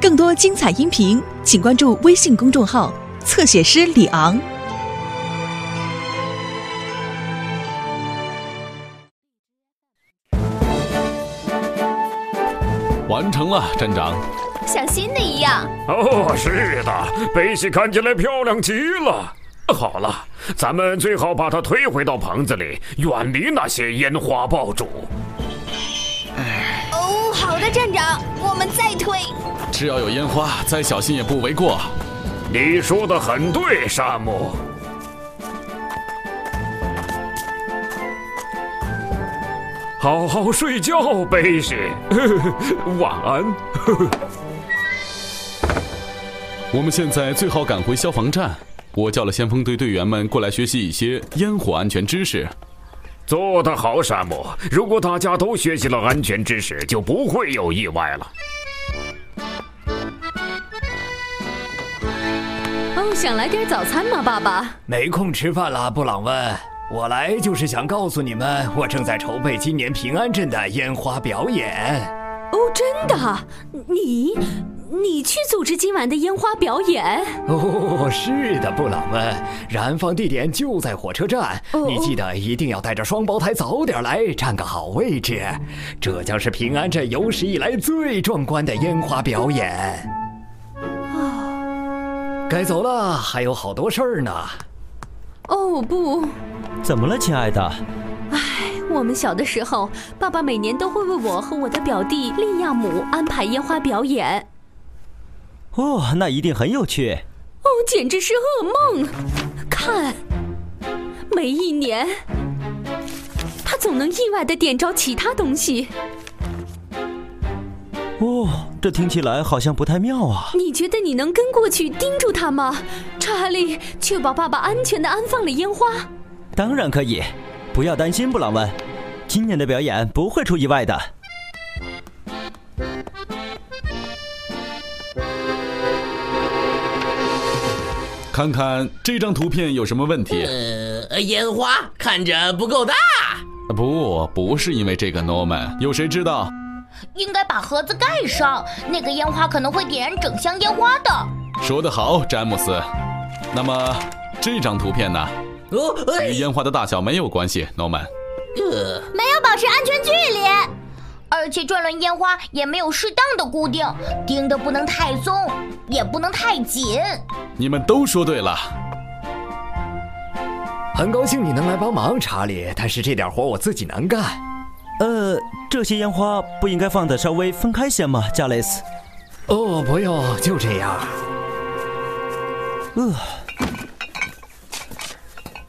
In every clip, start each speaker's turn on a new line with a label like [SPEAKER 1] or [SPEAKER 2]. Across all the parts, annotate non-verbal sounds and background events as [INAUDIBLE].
[SPEAKER 1] 更多精彩音频，请关注微信公众号“侧写师李昂”。
[SPEAKER 2] 完成了，站长。
[SPEAKER 3] 像新的一样，
[SPEAKER 4] 哦，是的，贝西看起来漂亮极了。好了，咱们最好把它推回到棚子里，远离那些烟花爆竹。
[SPEAKER 3] 哦，好的，站长，我们再推。
[SPEAKER 2] 只要有烟花，再小心也不为过。
[SPEAKER 4] 你说的很对，山姆。好好睡觉，贝西， [LAUGHS] 晚安。
[SPEAKER 2] 我们现在最好赶回消防站。我叫了先锋队队员们过来学习一些烟火安全知识。
[SPEAKER 4] 做得好，山姆。如果大家都学习了安全知识，就不会有意外了。
[SPEAKER 5] 哦，想来点早餐吗，爸爸？
[SPEAKER 6] 没空吃饭啦，布朗温。我来就是想告诉你们，我正在筹备今年平安镇的烟花表演。
[SPEAKER 5] 哦，真的？你你去组织今晚的烟花表演？
[SPEAKER 6] 哦，是的，布朗温，燃放地点就在火车站。
[SPEAKER 5] 哦
[SPEAKER 6] 你记得一定要带着双胞胎早点来，占个好位置。这将是平安镇有史以来最壮观的烟花表演。该走了，还有好多事儿呢。
[SPEAKER 5] 哦不，
[SPEAKER 7] 怎么了，亲爱的？
[SPEAKER 5] 我们小的时候，爸爸每年都会为我和我的表弟利亚姆安排烟花表演。
[SPEAKER 7] 哦，那一定很有趣。
[SPEAKER 5] 哦，简直是噩梦！看，每一年，他总能意外的点着其他东西。
[SPEAKER 7] 哦，这听起来好像不太妙啊。
[SPEAKER 5] 你觉得你能跟过去盯住他吗，查理？确保爸爸安全的安放了烟花。
[SPEAKER 7] 当然可以，不要担心，布朗温。今年的表演不会出意外的。
[SPEAKER 2] 看看这张图片有什么问题？
[SPEAKER 8] 呃，烟花看着不够大。
[SPEAKER 2] 不，不是因为这个，Norman。有谁知道？
[SPEAKER 3] 应该把盒子盖上，那个烟花可能会点燃整箱烟花的。
[SPEAKER 2] 说得好，詹姆斯。那么这张图片呢？
[SPEAKER 8] 哦，哎
[SPEAKER 2] 与烟花的大小没有关系，Norman。
[SPEAKER 8] 呃，
[SPEAKER 3] 没有保持安全距离，而且转轮烟花也没有适当的固定，钉的不能太松，也不能太紧。
[SPEAKER 2] 你们都说对了。
[SPEAKER 6] 很高兴你能来帮忙，查理，但是这点活我自己能干。
[SPEAKER 7] 呃，这些烟花不应该放的稍微分开些吗，加雷斯？
[SPEAKER 6] 哦，不用，就这样。
[SPEAKER 7] 呃，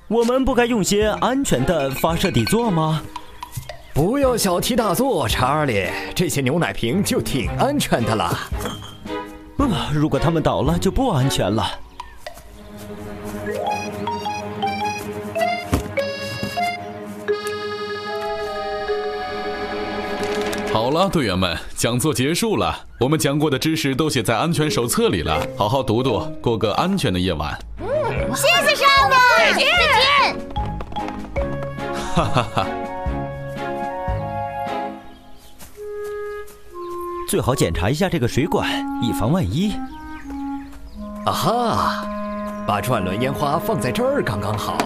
[SPEAKER 7] 我们不该用些安全的发射底座吗？
[SPEAKER 6] 不要小题大做，查理，这些牛奶瓶就挺安全的了。
[SPEAKER 7] 呃，如果它们倒了就不安全了。
[SPEAKER 2] 好了，队员们，讲座结束了，我们讲过的知识都写在安全手册里了，好好读读，过个安全的夜晚。
[SPEAKER 3] 谢谢山姆，再见。
[SPEAKER 7] 最好检查一下这个水管，以防万一。
[SPEAKER 6] 啊哈，把转轮烟花放在这儿刚刚好。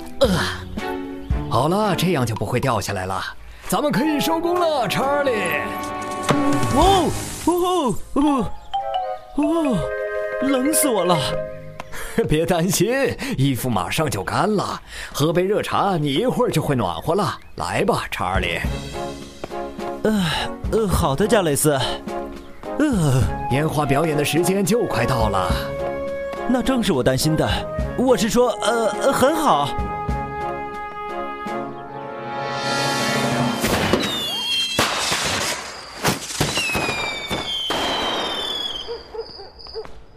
[SPEAKER 6] 啊呃，好了，这样就不会掉下来了。咱们可以收工了，查理。
[SPEAKER 7] 哦哦哦哦，冷死我了！
[SPEAKER 6] [LAUGHS] 别担心，衣服马上就干了，喝杯热茶，你一会儿就会暖和了。来吧，查理，
[SPEAKER 7] 呃，好的，加雷斯。呃，
[SPEAKER 6] 烟花表演的时间就快到了。
[SPEAKER 7] 那正是我担心的。我是说，呃，呃很好。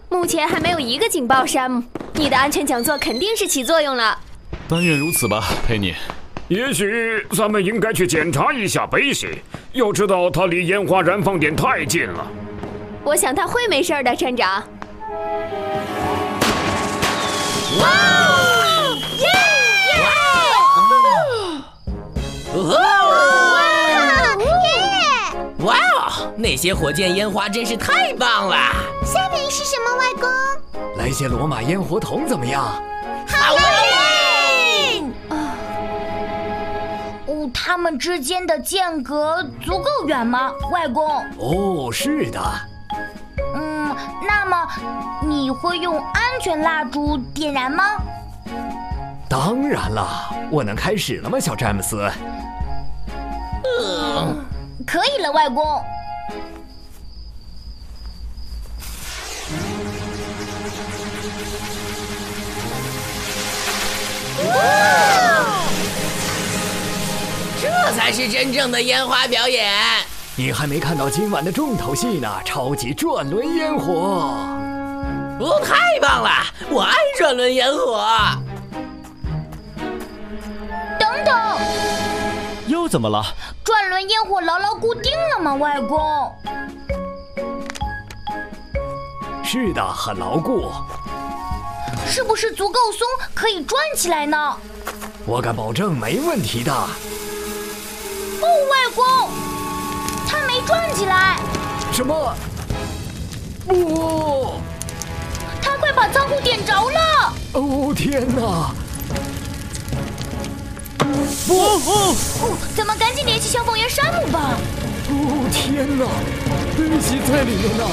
[SPEAKER 5] 目前还没有一个警报，山姆，你的安全讲座肯定是起作用了。
[SPEAKER 2] 但愿如此吧，佩妮。
[SPEAKER 4] 也许咱们应该去检查一下北西，要知道它离烟花燃放点太近了。
[SPEAKER 5] 我想他会没事儿的，站长。
[SPEAKER 3] 哇！
[SPEAKER 8] 哦这哦些火箭烟花真是太棒了！
[SPEAKER 3] 下面是什么，外公？
[SPEAKER 6] 来些罗马烟火筒怎么样？
[SPEAKER 8] 好嘞！
[SPEAKER 3] 哦，他们之间的间隔足够远吗，外公？
[SPEAKER 6] 哦，是的，
[SPEAKER 3] 嗯，那么你会用安全蜡烛点燃吗？
[SPEAKER 6] 当然了，我能开始了吗，小詹姆斯？
[SPEAKER 3] 可以了，外公。
[SPEAKER 8] 这才是真正的烟花表演。
[SPEAKER 6] 你还没看到今晚的重头戏呢，超级转轮烟火。
[SPEAKER 8] 哦，太棒了！我爱转轮烟火。
[SPEAKER 3] 等等，
[SPEAKER 7] 又怎么了？
[SPEAKER 3] 转轮烟火牢牢固定了吗，外公？
[SPEAKER 6] 是的，很牢固。
[SPEAKER 3] 是不是足够松，可以转起来呢？哦，
[SPEAKER 6] 我敢保证没问题的。
[SPEAKER 3] 哦外公，它没转起来，
[SPEAKER 6] 什么？哦不！
[SPEAKER 3] 它快把仓库点着了。
[SPEAKER 6] 哦天哪！
[SPEAKER 3] 哦，咱们赶紧联系消防员山姆吧。
[SPEAKER 6] 哦天哪！飞机在里面呢。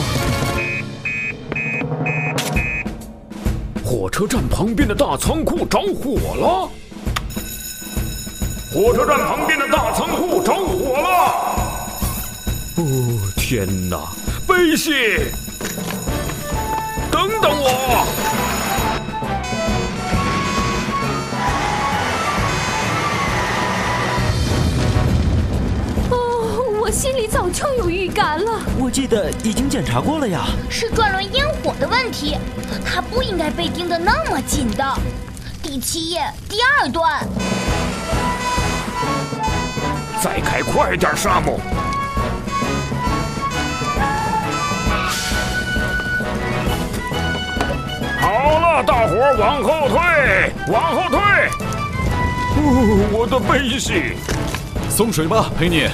[SPEAKER 4] 火车站旁边的大仓库着火了！火车站旁边的大仓库着火了！哦，天哪！贝西，等等我！
[SPEAKER 5] 哦，我心里早就有预感了。
[SPEAKER 7] 我记得已经检查过了呀。
[SPEAKER 3] 是转轮烟火的问题，它不应该被盯得那么紧的。第七页第二段，
[SPEAKER 4] 再开快点，沙漠！好了，大伙儿往后退，往后退！哦，我的贝西！
[SPEAKER 2] 送水吧，陪你。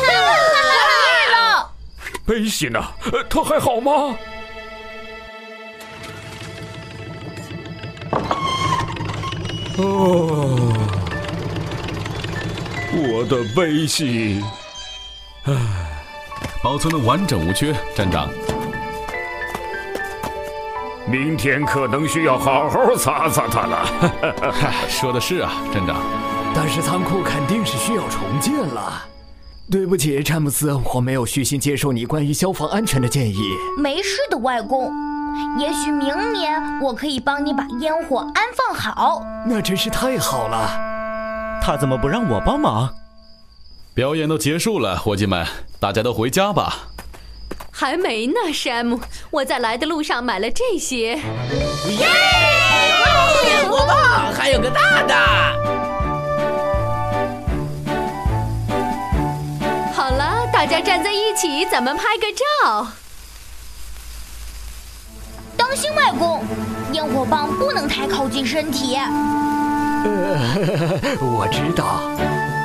[SPEAKER 3] 对了，
[SPEAKER 4] 贝西呢？呃，他还好吗？哦，我的贝西！
[SPEAKER 2] 保存的完整无缺，站长。
[SPEAKER 4] 明天可能需要好好擦擦它了。
[SPEAKER 2] 嗨，说的是啊，站长。
[SPEAKER 6] 但是仓库肯定是需要重建了。对不起，詹姆斯，我没有虚心接受你关于消防安全的建议。
[SPEAKER 3] 没事的，外公。也许明年我可以帮你把烟火安放好。
[SPEAKER 6] 那真是太好了。
[SPEAKER 7] 他怎么不让我帮忙？
[SPEAKER 2] 表演都结束了，伙计们，大家都回家吧。
[SPEAKER 5] 还没呢，山姆，我在来的路上买了这些。
[SPEAKER 8] 耶！烟火棒，还有个大大。
[SPEAKER 5] 好了，大家站在一起，咱们拍个照。
[SPEAKER 3] 当心，外公，烟火棒不能太靠近身体。
[SPEAKER 6] 我知道。